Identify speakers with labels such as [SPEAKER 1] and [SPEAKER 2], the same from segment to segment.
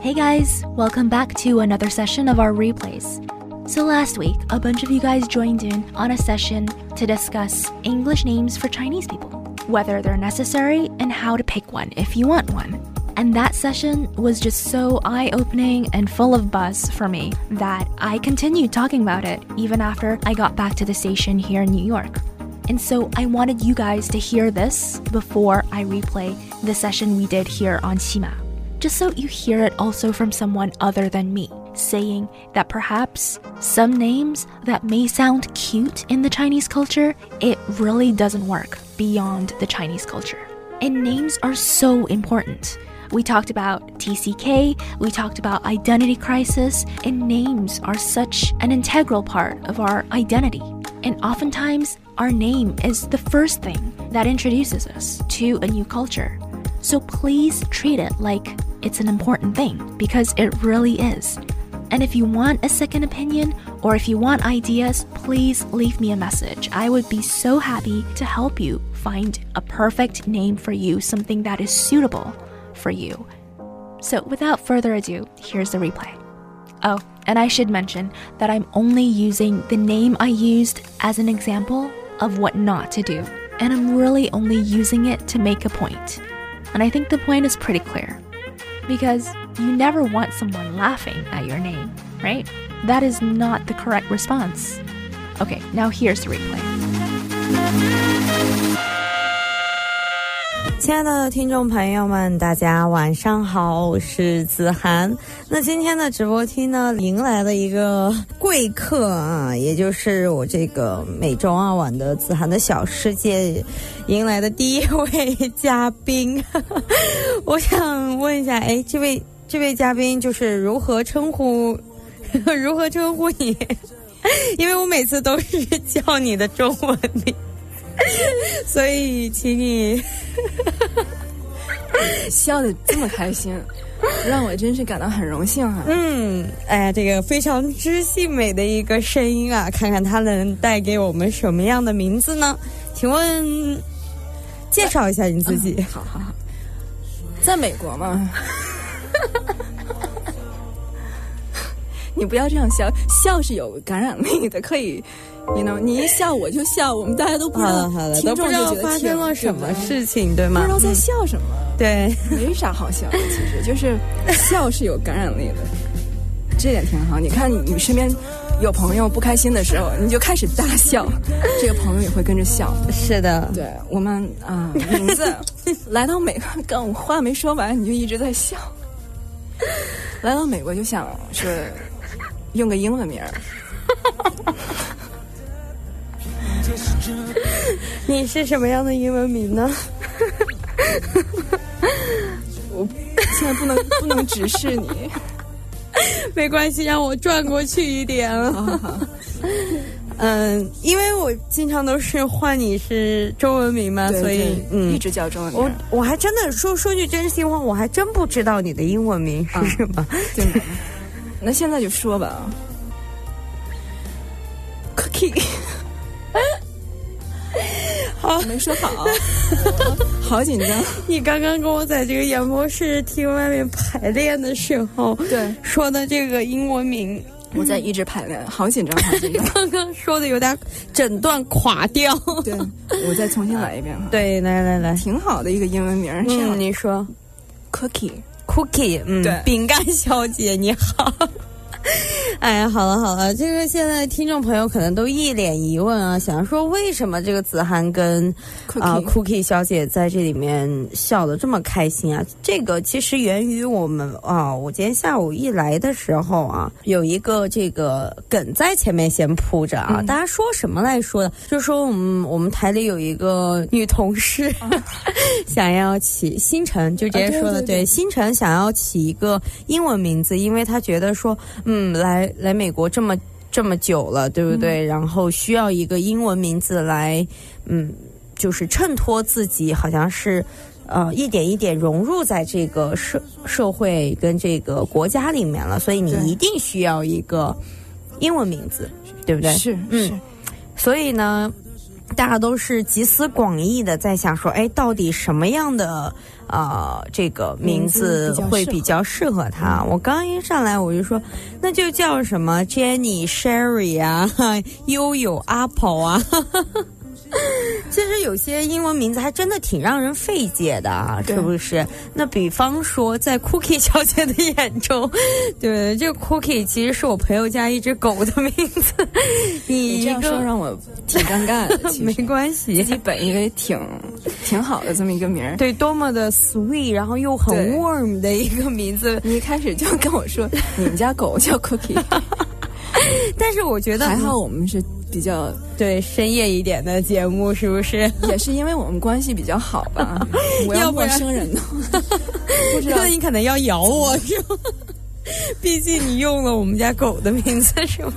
[SPEAKER 1] Hey guys, welcome back to another session of our replays. So, last week, a bunch of you guys joined in on a session to discuss English names for Chinese people, whether they're necessary, and how to pick one if you want one. And that session was just so eye opening and full of buzz for me that I continued talking about it even after I got back to the station here in New York. And so I wanted you guys to hear this before I replay the session we did here on Shima, just so you hear it also from someone other than me, saying that perhaps some names that may sound cute in the Chinese culture, it really doesn't work beyond the Chinese culture. And names are so important. We talked about TCK, we talked about identity crisis, and names are such an integral part of our identity. And oftentimes, our name is the first thing that introduces us to a new culture. So please treat it like it's an important thing because it really is. And if you want a second opinion or if you want ideas, please leave me a message. I would be so happy to help you find a perfect name for you, something that is suitable for you. So, without further ado, here's the replay. Oh, and I should mention that I'm only using the name I used as an example of what not to do, and I'm really only using it to make a point. And I think the point is pretty clear because you never want someone laughing at your name, right? That is not the correct response. Okay, now here's the replay.
[SPEAKER 2] 亲爱的听众朋友们，大家晚上好，我是子涵。那今天的直播厅呢，迎来了一个贵客啊，也就是我这个每周二晚的子涵的小世界，迎来的第一位嘉宾。 我想问一下，哎，这位这位嘉宾就是如何称呼？ 如何称呼你？因为我每次都是叫你的中文名。所以，请你
[SPEAKER 3] 笑得这么 开心，让我真是感到很荣幸啊！
[SPEAKER 2] 嗯，哎呀，这个非常知性美的一个声音啊，看看它能带给我们什么样的名字呢？请问，介绍一下你自己。
[SPEAKER 3] 嗯、好好好，在美国吗？ 你不要这样笑，笑是有感染力的，可以。你 know，你一笑我就笑，我们大家啊都不知道，
[SPEAKER 2] 好了
[SPEAKER 3] 听
[SPEAKER 2] 众就觉得发生了什么事情，对吗？
[SPEAKER 3] 不知道在笑什么，嗯、
[SPEAKER 2] 对，
[SPEAKER 3] 没啥好笑的，其实就是笑是有感染力的，这点挺好。你看你身边有朋友不开心的时候，你就开始大笑，这个朋友也会跟着笑。
[SPEAKER 2] 是的，
[SPEAKER 3] 对我们啊、呃，名 字来到美国，刚我话没说完你就一直在笑， 来到美国就想是用个英文名儿。
[SPEAKER 2] 你是什么样的英文名 呢？
[SPEAKER 3] 我现在不 能不能直视你，
[SPEAKER 2] 没关系，让我转过去一点
[SPEAKER 3] 啊。
[SPEAKER 2] 嗯，因为我经常都是唤你是中文名嘛，所以嗯，
[SPEAKER 3] 一直叫中文
[SPEAKER 2] 名。我我还真的说说句真心话，我还真不知道你的英文名
[SPEAKER 3] 啊
[SPEAKER 2] 是什么。
[SPEAKER 3] 对吗？那现在就说吧，Cookie。
[SPEAKER 2] 好，
[SPEAKER 3] 没说好， 好紧张。
[SPEAKER 2] 你刚刚跟我在这个演播室听外面排练的时候，
[SPEAKER 3] 对，
[SPEAKER 2] 说的这个英文名，
[SPEAKER 3] 我在一直排练，好紧张，好紧张。
[SPEAKER 2] 刚刚说的有点整段垮掉，
[SPEAKER 3] 对，我再重新来一遍哈。
[SPEAKER 2] 对，来来来，
[SPEAKER 3] 挺好的一个英文名，
[SPEAKER 2] 嗯，你说
[SPEAKER 3] ，Cookie，Cookie，
[SPEAKER 2] 嗯，
[SPEAKER 3] 对，
[SPEAKER 2] 饼干小姐你好。 哎呀，好了好了，这个现在听众朋友可能都一脸疑问啊，想说为什么这个子涵跟啊
[SPEAKER 3] Cookie、呃、
[SPEAKER 2] Cookie 小姐在这里面笑的这么开心啊？这个其实源于我们啊、哦，我今天下午一来的时候啊，有一个这个梗在前面先铺着啊，
[SPEAKER 3] 嗯、
[SPEAKER 2] 大家说什么来说的？就说我们我们台里有一个女同事、啊、 想要起星辰，就直接说的、
[SPEAKER 3] 啊、对
[SPEAKER 2] 星辰想要起一个英文名字，因为她觉得说嗯来。来来美国这么这么久了，对不对？
[SPEAKER 3] 嗯、
[SPEAKER 2] 然后需要一个英文名字来，嗯，就是衬托自己，好像是呃一点一点融入在这个社社会跟这个国家里面了，所以你一定需要一个英文名字，对不对？
[SPEAKER 3] 是，
[SPEAKER 2] 嗯，所以呢。大家都是集思广益的在想说，哎，到底什么样的呃这个名字
[SPEAKER 3] 名字比较
[SPEAKER 2] 会比较
[SPEAKER 3] 适合嗯
[SPEAKER 2] 适合他？我刚一上来我就说，那就叫什么 Jenny、Sherry 啊、 悠悠、Apple 啊。 其实有些英文名字还真的挺让人费解的啊，
[SPEAKER 3] 对
[SPEAKER 2] 是不是？那比方说，在 Cookie 小姐的眼中， 对这个 Cookie 其实是我朋友家一只狗的名字。你
[SPEAKER 3] 你这
[SPEAKER 2] 一
[SPEAKER 3] 样
[SPEAKER 2] 个
[SPEAKER 3] 说让我挺尴尬 的，其
[SPEAKER 2] 没
[SPEAKER 3] 实
[SPEAKER 2] 关
[SPEAKER 3] 自
[SPEAKER 2] 系，
[SPEAKER 3] 己本以为挺挺好的这么一个名 儿。
[SPEAKER 2] 对，多么的 sweet，然后又很
[SPEAKER 3] 对
[SPEAKER 2] warm 的一个名字。
[SPEAKER 3] 你一开始就跟我说你们家狗叫 Cookie，
[SPEAKER 2] 但是我觉得嗯
[SPEAKER 3] 还好我们是比较，
[SPEAKER 2] 对深夜一点的节目是不是？
[SPEAKER 3] 也是因为我们关系比较好 吧。我
[SPEAKER 2] 要不
[SPEAKER 3] 陌
[SPEAKER 2] 然
[SPEAKER 3] 生人呢，不知 道
[SPEAKER 2] 那你可能要咬我是吗？ 毕竟你用了我们家狗的名字是吗？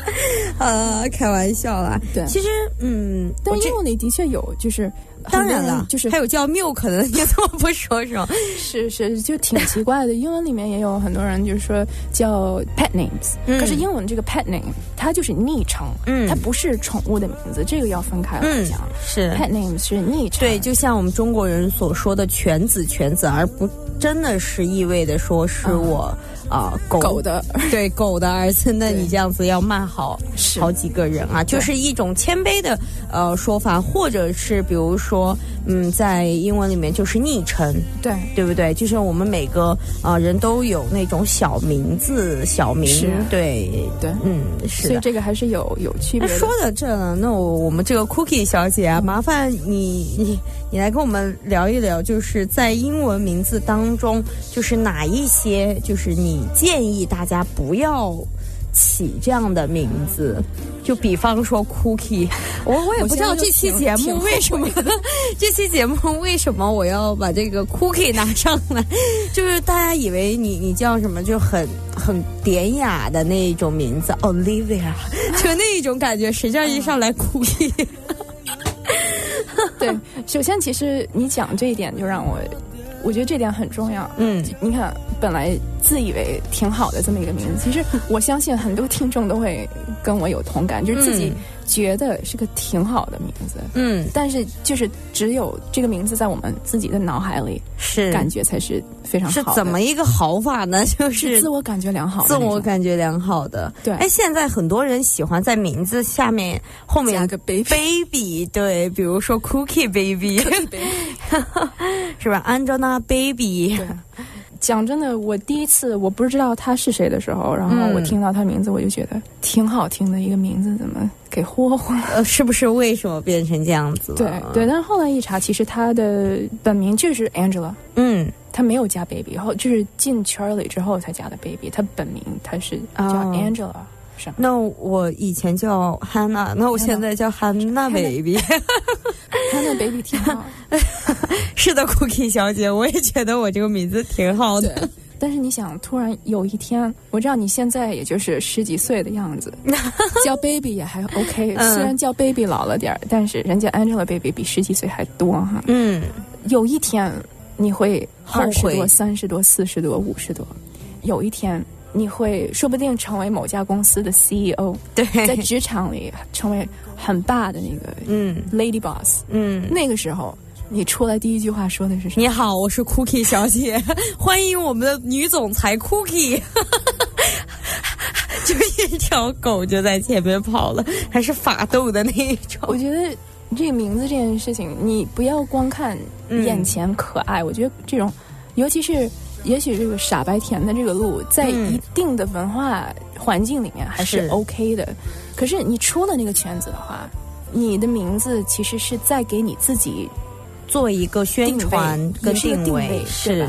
[SPEAKER 2] 呃，开玩笑啦。
[SPEAKER 3] 对
[SPEAKER 2] 其实嗯，
[SPEAKER 3] 但
[SPEAKER 2] 我
[SPEAKER 3] 是
[SPEAKER 2] 这
[SPEAKER 3] 英文里的确有，就是
[SPEAKER 2] 当
[SPEAKER 3] 很多
[SPEAKER 2] 然
[SPEAKER 3] 人
[SPEAKER 2] 了，
[SPEAKER 3] 就是
[SPEAKER 2] 还有叫 milk 的， 你怎么不说说？
[SPEAKER 3] 是是，就挺奇怪的。英文里面也有很多人就是说叫 pet names，、
[SPEAKER 2] 嗯
[SPEAKER 3] 可是英文这个 pet name 它就是昵称，
[SPEAKER 2] 嗯
[SPEAKER 3] 它不是宠物的名字，这个要分开来
[SPEAKER 2] 嗯
[SPEAKER 3] 讲。
[SPEAKER 2] 是
[SPEAKER 3] pet name 是昵称，
[SPEAKER 2] 对，就像我们中国人所说的“犬子”，犬子，而不真的是意味着说是我啊、狗
[SPEAKER 3] 狗的
[SPEAKER 2] 对狗的儿子，那你
[SPEAKER 3] 对
[SPEAKER 2] 这样子要骂好
[SPEAKER 3] 是
[SPEAKER 2] 好几个人啊，就是一种谦卑的呃说法，或者是比如说嗯，在英文里面就是昵称，
[SPEAKER 3] 对。
[SPEAKER 2] 对不对？就是我们每个啊、呃人都有那种小名字、小名
[SPEAKER 3] 是，
[SPEAKER 2] 对
[SPEAKER 3] 对
[SPEAKER 2] 嗯，是
[SPEAKER 3] 所以
[SPEAKER 2] 的。
[SPEAKER 3] 这个还是有有区
[SPEAKER 2] 那
[SPEAKER 3] 别
[SPEAKER 2] 哎说到
[SPEAKER 3] 的。
[SPEAKER 2] 这了，那我我们这个 Cookie 小姐啊，麻烦你你你来跟我们聊一聊，就是在英文名字当中，就是哪一些就是你建议大家不要起这样的名字。就比方说 Cookie，我我也哎
[SPEAKER 3] 我
[SPEAKER 2] 不知
[SPEAKER 3] 现在
[SPEAKER 2] 道
[SPEAKER 3] 就
[SPEAKER 2] 这期
[SPEAKER 3] 挺
[SPEAKER 2] 节
[SPEAKER 3] 挺
[SPEAKER 2] 目
[SPEAKER 3] 后
[SPEAKER 2] 为什么 这期节目为什么我要把这个 Cookie 拿上来，就是大家以为你你叫什么就很很典雅的那一种名字 Olivia，就那一种感觉，谁叫一上来 Cookie？
[SPEAKER 3] 对，首先其实你讲这一点就让我，我觉得这点很重要。
[SPEAKER 2] 嗯，
[SPEAKER 3] 你看，本来自以为挺好的这么一个名字， 其实我相信很多听众都会跟我有同感，就是自己
[SPEAKER 2] 嗯
[SPEAKER 3] 觉得是个挺好的名字，
[SPEAKER 2] 嗯，
[SPEAKER 3] 但是就是只有这个名字在我们自己的脑海里，
[SPEAKER 2] 是
[SPEAKER 3] 感觉才是非
[SPEAKER 2] 嗯
[SPEAKER 3] 常
[SPEAKER 2] 是
[SPEAKER 3] 好的，
[SPEAKER 2] 怎么一个好法呢？就是
[SPEAKER 3] 是自我感觉良好的
[SPEAKER 2] 自
[SPEAKER 3] 那种，
[SPEAKER 2] 我感觉良好的。
[SPEAKER 3] 对
[SPEAKER 2] 哎，现在很多人喜欢在名字下面后面
[SPEAKER 3] 加个 baby。
[SPEAKER 2] baby，对，比如说 Cookie Baby 是吧？Angelababy，
[SPEAKER 3] 对讲真的，我第一次我不知道他是谁的时候，然后
[SPEAKER 2] 嗯
[SPEAKER 3] 我听到他名字，我就觉得挺好听的一个名字，怎么给霍霍了？
[SPEAKER 2] 呃，是不是为什么变成这样子了？
[SPEAKER 3] 对对，但是后来一查，其实他的本名就是 Angela，
[SPEAKER 2] 嗯，
[SPEAKER 3] 他没有加 baby，后就是进圈儿里之后才加的 baby，他本名他是叫
[SPEAKER 2] 哦
[SPEAKER 3] Angela，、
[SPEAKER 2] 那我以前叫 Hanna，那我现在叫 Hanna baby。
[SPEAKER 3] 他那 baby 挺好。
[SPEAKER 2] 是的，Cookie 小姐，我也觉得我这个名字挺好的。
[SPEAKER 3] 对，但是你想，突然有一天，我知道你现在也就是十几岁的样子， 叫 baby 也还 OK，、
[SPEAKER 2] 嗯
[SPEAKER 3] 虽然叫 baby 老了点儿，但是人家 Angelababy 比十几岁还多哈。
[SPEAKER 2] 嗯，
[SPEAKER 3] 有一天你会
[SPEAKER 2] 后
[SPEAKER 3] 二十
[SPEAKER 2] 悔
[SPEAKER 3] 多、三十多、四十多、五十多，有一天你会说不定成为某家公司的 CEO，
[SPEAKER 2] 对，
[SPEAKER 3] 在职场里成为很霸的那个
[SPEAKER 2] 嗯
[SPEAKER 3] lady boss。
[SPEAKER 2] 嗯，
[SPEAKER 3] 那个时候，你出来第一句话说的是什么？
[SPEAKER 2] 你好，我是 Cookie 小姐， 欢迎我们的女总裁 Cookie。就一条狗就在前面跑了，还是法斗的那一
[SPEAKER 3] 我
[SPEAKER 2] 种。
[SPEAKER 3] 觉得这个名字这件事情，你不要光看
[SPEAKER 2] 嗯
[SPEAKER 3] 眼前可爱，我觉得这种，尤其是也许这个傻白甜的这个路，在
[SPEAKER 2] 嗯
[SPEAKER 3] 一定的文化环境里面还是
[SPEAKER 2] 是
[SPEAKER 3] OK 的。可是你出了那个圈子的话，你的名字其实是在给你自己，
[SPEAKER 2] 做一个宣传
[SPEAKER 3] 定
[SPEAKER 2] 跟
[SPEAKER 3] 位也是一个定位对
[SPEAKER 2] 是。
[SPEAKER 3] 吧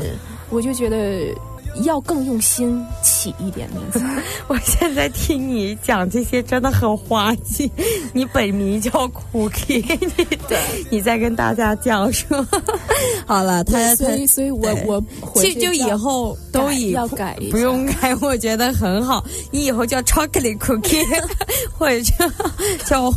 [SPEAKER 3] 我就觉得要更用心起一点名字。
[SPEAKER 2] 我现在听你讲这些真的很滑稽。你本名叫 Cookie，你对，你在跟大家讲说， 好了，他他
[SPEAKER 3] 所以，所以我
[SPEAKER 2] 对
[SPEAKER 3] 我回
[SPEAKER 2] 其
[SPEAKER 3] 去
[SPEAKER 2] 实就以
[SPEAKER 3] 要
[SPEAKER 2] 后都
[SPEAKER 3] 改
[SPEAKER 2] 以
[SPEAKER 3] 要改一下
[SPEAKER 2] 不用改，我觉得很好。你以后叫 Chocolate Cookie，或 者叫 叫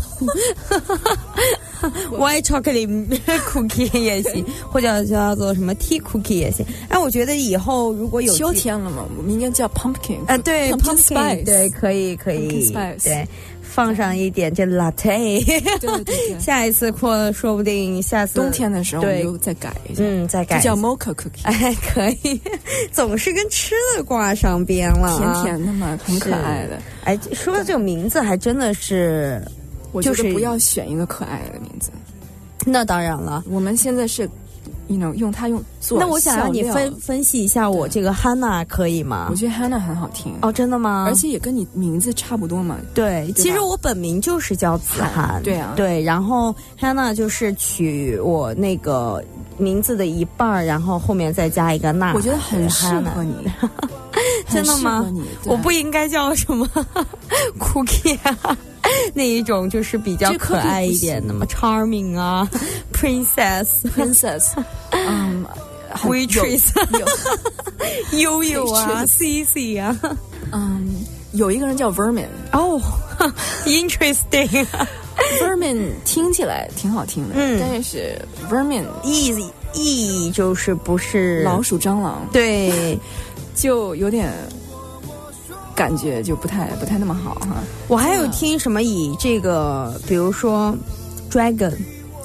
[SPEAKER 2] White Chocolate Cookie 也行，或者叫做什么 Tea Cookie 也行。哎，我觉得以后如果有
[SPEAKER 3] 秋
[SPEAKER 2] 机
[SPEAKER 3] 天了嘛，我们应该叫 pumpkin
[SPEAKER 2] 啊，对
[SPEAKER 3] pumpkin spice
[SPEAKER 2] 对，可以可以
[SPEAKER 3] Pumpkin spice
[SPEAKER 2] 对，放上一点这 latte，
[SPEAKER 3] 对对 对，
[SPEAKER 2] 下一次或者说不定下次
[SPEAKER 3] 冬，天的时候我
[SPEAKER 2] 对
[SPEAKER 3] 们就再改一下，
[SPEAKER 2] 嗯，再改
[SPEAKER 3] 就
[SPEAKER 2] 一
[SPEAKER 3] 叫
[SPEAKER 2] 下
[SPEAKER 3] mocha cookie，
[SPEAKER 2] 哎，可以，总是跟吃的挂上边了、啊，
[SPEAKER 3] 甜。甜的嘛，很可爱的。
[SPEAKER 2] 哎，说到这个名字，还真的是，
[SPEAKER 3] 我觉
[SPEAKER 2] 就
[SPEAKER 3] 得
[SPEAKER 2] 是
[SPEAKER 3] 不要选一个可爱的名字，
[SPEAKER 2] 那当然了。
[SPEAKER 3] 我们现在是，you know，用它用做
[SPEAKER 2] 那我想让你
[SPEAKER 3] 笑料
[SPEAKER 2] 分，分析一下我这个 Hanna 可以吗
[SPEAKER 3] 我？觉得 Hannah 很好听，
[SPEAKER 2] 哦，真的吗？
[SPEAKER 3] 而且也跟你名字差不多嘛，
[SPEAKER 2] 对，其实
[SPEAKER 3] 吧
[SPEAKER 2] 我本名就是叫子涵，
[SPEAKER 3] 对啊
[SPEAKER 2] 对，然后 Hannah 就是取我那个名字的一半儿，然后后面再加一个娜，
[SPEAKER 3] 我觉得很适合
[SPEAKER 2] Hannah
[SPEAKER 3] 你，
[SPEAKER 2] 啊 真的吗
[SPEAKER 3] 很适合你对
[SPEAKER 2] 我不应该叫什么 Cookie 啊，那一种就是比较
[SPEAKER 3] 这 cookie
[SPEAKER 2] 可爱一点的嘛，Charming 啊，Princess、
[SPEAKER 3] princess，嗯，很
[SPEAKER 2] Waitress
[SPEAKER 3] 有有
[SPEAKER 2] 悠 悠啊
[SPEAKER 3] Princess
[SPEAKER 2] ，Cici 啊，
[SPEAKER 3] 嗯，有一个人叫 Vermin，Vermin
[SPEAKER 2] 哦、i n t e r e s t i n g
[SPEAKER 3] 听起来挺好听的，
[SPEAKER 2] 嗯
[SPEAKER 3] 但是 Vermin
[SPEAKER 2] e e 就是不是
[SPEAKER 3] 老鼠蟑螂
[SPEAKER 2] 对。
[SPEAKER 3] 就有点感觉就不太不太那么好哈，
[SPEAKER 2] 我还有听什么以这个，比如说 dragon，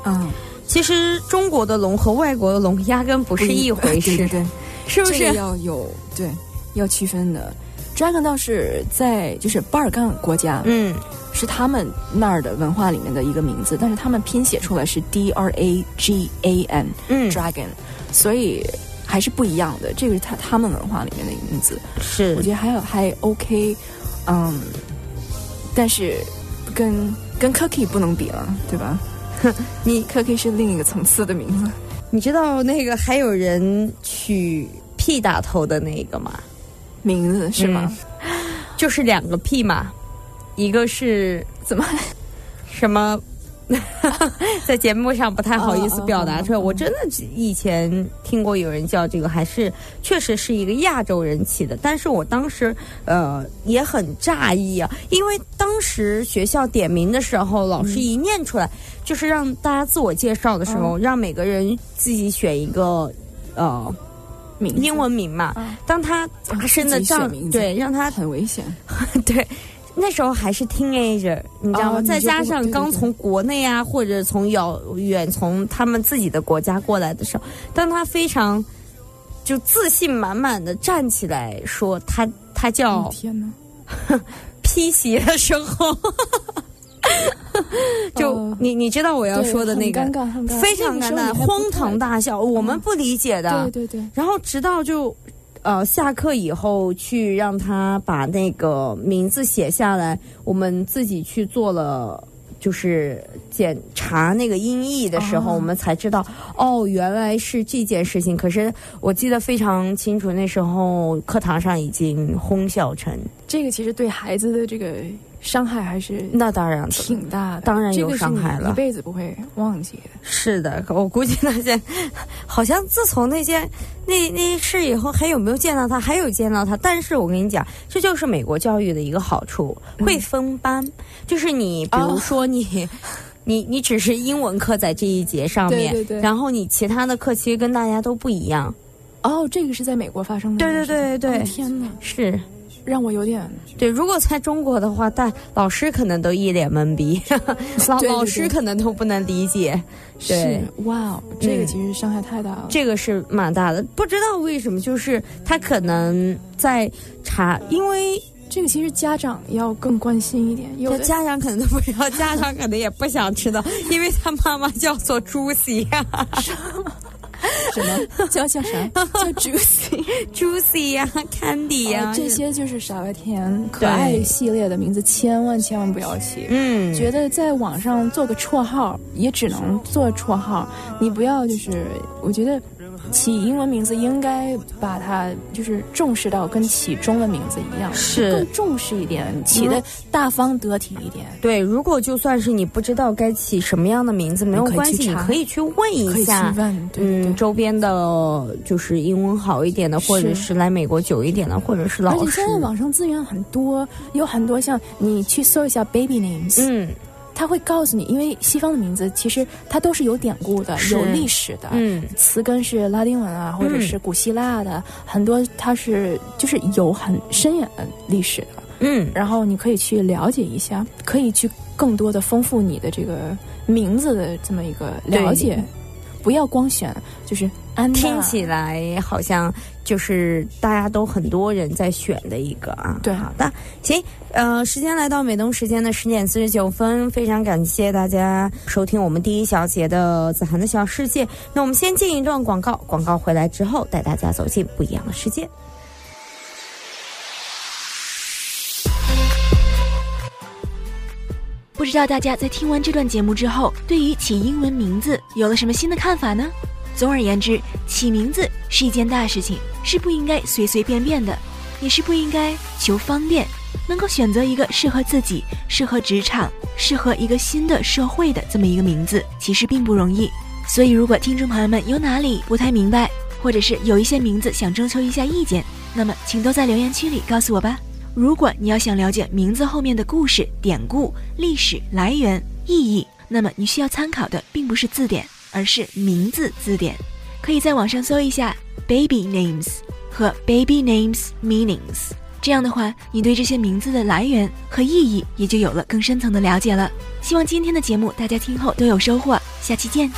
[SPEAKER 3] 嗯，
[SPEAKER 2] 其实中国的龙和外国的龙压根不是一回事，
[SPEAKER 3] 对 对对，
[SPEAKER 2] 是不
[SPEAKER 3] 这个
[SPEAKER 2] 是？
[SPEAKER 3] 要有对要区分的。Dragon 倒是在就是巴尔干国家，
[SPEAKER 2] 嗯，
[SPEAKER 3] 是他们那儿的文化里面的一个名字，但是他们拼写出来是 D R A G A N，
[SPEAKER 2] 嗯
[SPEAKER 3] Dragon，所以还是不一样的。这个是他他们文化里面的一个名字，
[SPEAKER 2] 是
[SPEAKER 3] 我觉得还有还 OK，嗯，但是跟跟 Cookie 不能比了，对吧？
[SPEAKER 2] 你
[SPEAKER 3] Cookie 是另一个层次的名字，
[SPEAKER 2] 你知道那个还有人取 P 打头的那个吗？
[SPEAKER 3] 名字是吗？
[SPEAKER 2] 嗯就是两个 P 嘛，一个是
[SPEAKER 3] 怎么
[SPEAKER 2] 什么？ 在节目上不太好意思
[SPEAKER 3] 哦哦
[SPEAKER 2] 表达出来，
[SPEAKER 3] 哦哦
[SPEAKER 2] 我真的以前听过有人叫这个，还是确实是一个亚洲人起的，但是我当时呃也很诧异啊，因为当时学校点名的时候，老师一念出来，
[SPEAKER 3] 嗯
[SPEAKER 2] 就是让大家自我介绍的时
[SPEAKER 3] 哦
[SPEAKER 2] 候，让每个人自己选一个呃
[SPEAKER 3] 名字
[SPEAKER 2] 英文名嘛，
[SPEAKER 3] 嗯
[SPEAKER 2] 当他大声的
[SPEAKER 3] 自己选
[SPEAKER 2] 让
[SPEAKER 3] 名字
[SPEAKER 2] 对让他
[SPEAKER 3] 很危险，
[SPEAKER 2] 对，那时候还是 teenager，你知道吗？
[SPEAKER 3] 哦你就
[SPEAKER 2] 再加
[SPEAKER 3] 不
[SPEAKER 2] 上
[SPEAKER 3] 对对
[SPEAKER 2] 刚
[SPEAKER 3] 对
[SPEAKER 2] 从国内啊，或者从遥远从他们自己的国家过来的时候，当他非常就自信满满的站起来说他他
[SPEAKER 3] 哦
[SPEAKER 2] 叫
[SPEAKER 3] 天哪！
[SPEAKER 2] p 鞋的时候，就、
[SPEAKER 3] 哦
[SPEAKER 2] 你你知道我要
[SPEAKER 3] 对
[SPEAKER 2] 说的那个
[SPEAKER 3] 很尴尬，很尴尬
[SPEAKER 2] 非常
[SPEAKER 3] 那
[SPEAKER 2] 尴
[SPEAKER 3] 个时候
[SPEAKER 2] 尬，
[SPEAKER 3] 你还不
[SPEAKER 2] 荒唐
[SPEAKER 3] 太嗯
[SPEAKER 2] 大笑，我们不理解的。
[SPEAKER 3] 对对对，
[SPEAKER 2] 然后直到就呃下课以后去让他把那个名字写下来，我们自己去做了。就是检查那个音译的时候，
[SPEAKER 3] 哦
[SPEAKER 2] 我们才知道哦，原来是这件事情。可是我记得非常清楚，那时候课堂上已经哄笑成。
[SPEAKER 3] 这个其实对孩子的这个伤害还是
[SPEAKER 2] 那当然，
[SPEAKER 3] 挺大的，
[SPEAKER 2] 嗯当然有
[SPEAKER 3] 这个是
[SPEAKER 2] 伤害
[SPEAKER 3] 你
[SPEAKER 2] 了
[SPEAKER 3] 一辈子不会忘记的。
[SPEAKER 2] 是的。我估计那件，好像自从那件那那事以后，还有没有见到他？还有见到他，但是我跟你讲，这就是美国教育的一个好处，会分班，就是你比如
[SPEAKER 3] 哦
[SPEAKER 2] 说你。你你只是英文课在这一节上面，
[SPEAKER 3] 对对对
[SPEAKER 2] 然后你其他的课其实跟大家都不一样。
[SPEAKER 3] 哦，这个是在美国发生的
[SPEAKER 2] 对对对
[SPEAKER 3] 一件事情，
[SPEAKER 2] 对
[SPEAKER 3] 哦
[SPEAKER 2] 对
[SPEAKER 3] 天哪，
[SPEAKER 2] 是
[SPEAKER 3] 让我有点
[SPEAKER 2] 对，如果在中国的话，大老师可能都一脸懵逼， 老
[SPEAKER 3] 对对
[SPEAKER 2] 老师可能都不能理解。对
[SPEAKER 3] 是哇哦，这个其实伤害太大了。
[SPEAKER 2] 这个是蛮大的，不知道为什么，就是他可能在查，因为
[SPEAKER 3] 这个其实家长要更关心一点，有的
[SPEAKER 2] 家长可能都不知道，家长可能也不想知道， 因为他妈妈叫做朱熹啊，
[SPEAKER 3] 什 么叫叫啥叫 juicy
[SPEAKER 2] 朱熹呀，Candy 呀、
[SPEAKER 3] 啊，这，些就是傻白甜可爱系列的名字，千万千万不要起。
[SPEAKER 2] 嗯，
[SPEAKER 3] 觉得在网上做个绰号，也只能做绰号。你不要就是，我觉得起英文名字应该把它就是重视到跟起中文名字一样，
[SPEAKER 2] 嗯是
[SPEAKER 3] 更重视一点，起的大方得体一点。
[SPEAKER 2] 对。如果就算是你不知道该起什么样的名字，没有
[SPEAKER 3] 你可以
[SPEAKER 2] 关
[SPEAKER 3] 去
[SPEAKER 2] 系，你
[SPEAKER 3] 查
[SPEAKER 2] 可以去问
[SPEAKER 3] 可
[SPEAKER 2] 一
[SPEAKER 3] 以去
[SPEAKER 2] 下。
[SPEAKER 3] 问，对对
[SPEAKER 2] 嗯，
[SPEAKER 3] 对。
[SPEAKER 2] 周边的就是英文好一点的，或者
[SPEAKER 3] 是
[SPEAKER 2] 是来美国久一点的，或者是
[SPEAKER 3] 而
[SPEAKER 2] 老
[SPEAKER 3] 且
[SPEAKER 2] 师
[SPEAKER 3] 现在，网上资源很多，有很多像你去搜一下 baby names，、
[SPEAKER 2] 嗯
[SPEAKER 3] 它会告诉你，因为西方的名字其实它都是有典故的、
[SPEAKER 2] 是
[SPEAKER 3] 有历史的，
[SPEAKER 2] 嗯，
[SPEAKER 3] 词根是拉丁文啊，或者是古希腊的，很多它是就是有很深远的历史的。
[SPEAKER 2] 嗯
[SPEAKER 3] 然后你可以去了解一下，可以去更多的丰富你的这个名字的这么一个了解，不要光选就是安娜，
[SPEAKER 2] 听起来好像就是大家都很多人在选的一个啊。
[SPEAKER 3] 对
[SPEAKER 2] 好的，行，呃，时间来到美东时间的十点四十九分，非常感谢大家收听我们第一小节的子涵的小世界。那我们先进一段广告，广告回来之后带大家走进不一样的世界。
[SPEAKER 1] 不知道大家在听完这段节目之后，对于起英文名字有了什么新的看法呢？总而言之，起名字是一件大事情，是不应该随随便便的，也是不应该求方便，能够选择一个适合自己、适合职场、适合一个新的社会的这么一个名字，其实并不容易。所以，如果听众朋友们有哪里不太明白，或者是有一些名字想征求一下意见，那么请都在留言区里告诉我吧。如果你要想了解名字后面的故事、典故、历史来源、意义，那么你需要参考的并不是字典，而是名字字典。可以在网上搜一下 “baby names” 和 “baby names meanings”，这样的话，你对这些名字的来源和意义也就有了更深层的了解了。希望今天的节目大家听后都有收获，下期见。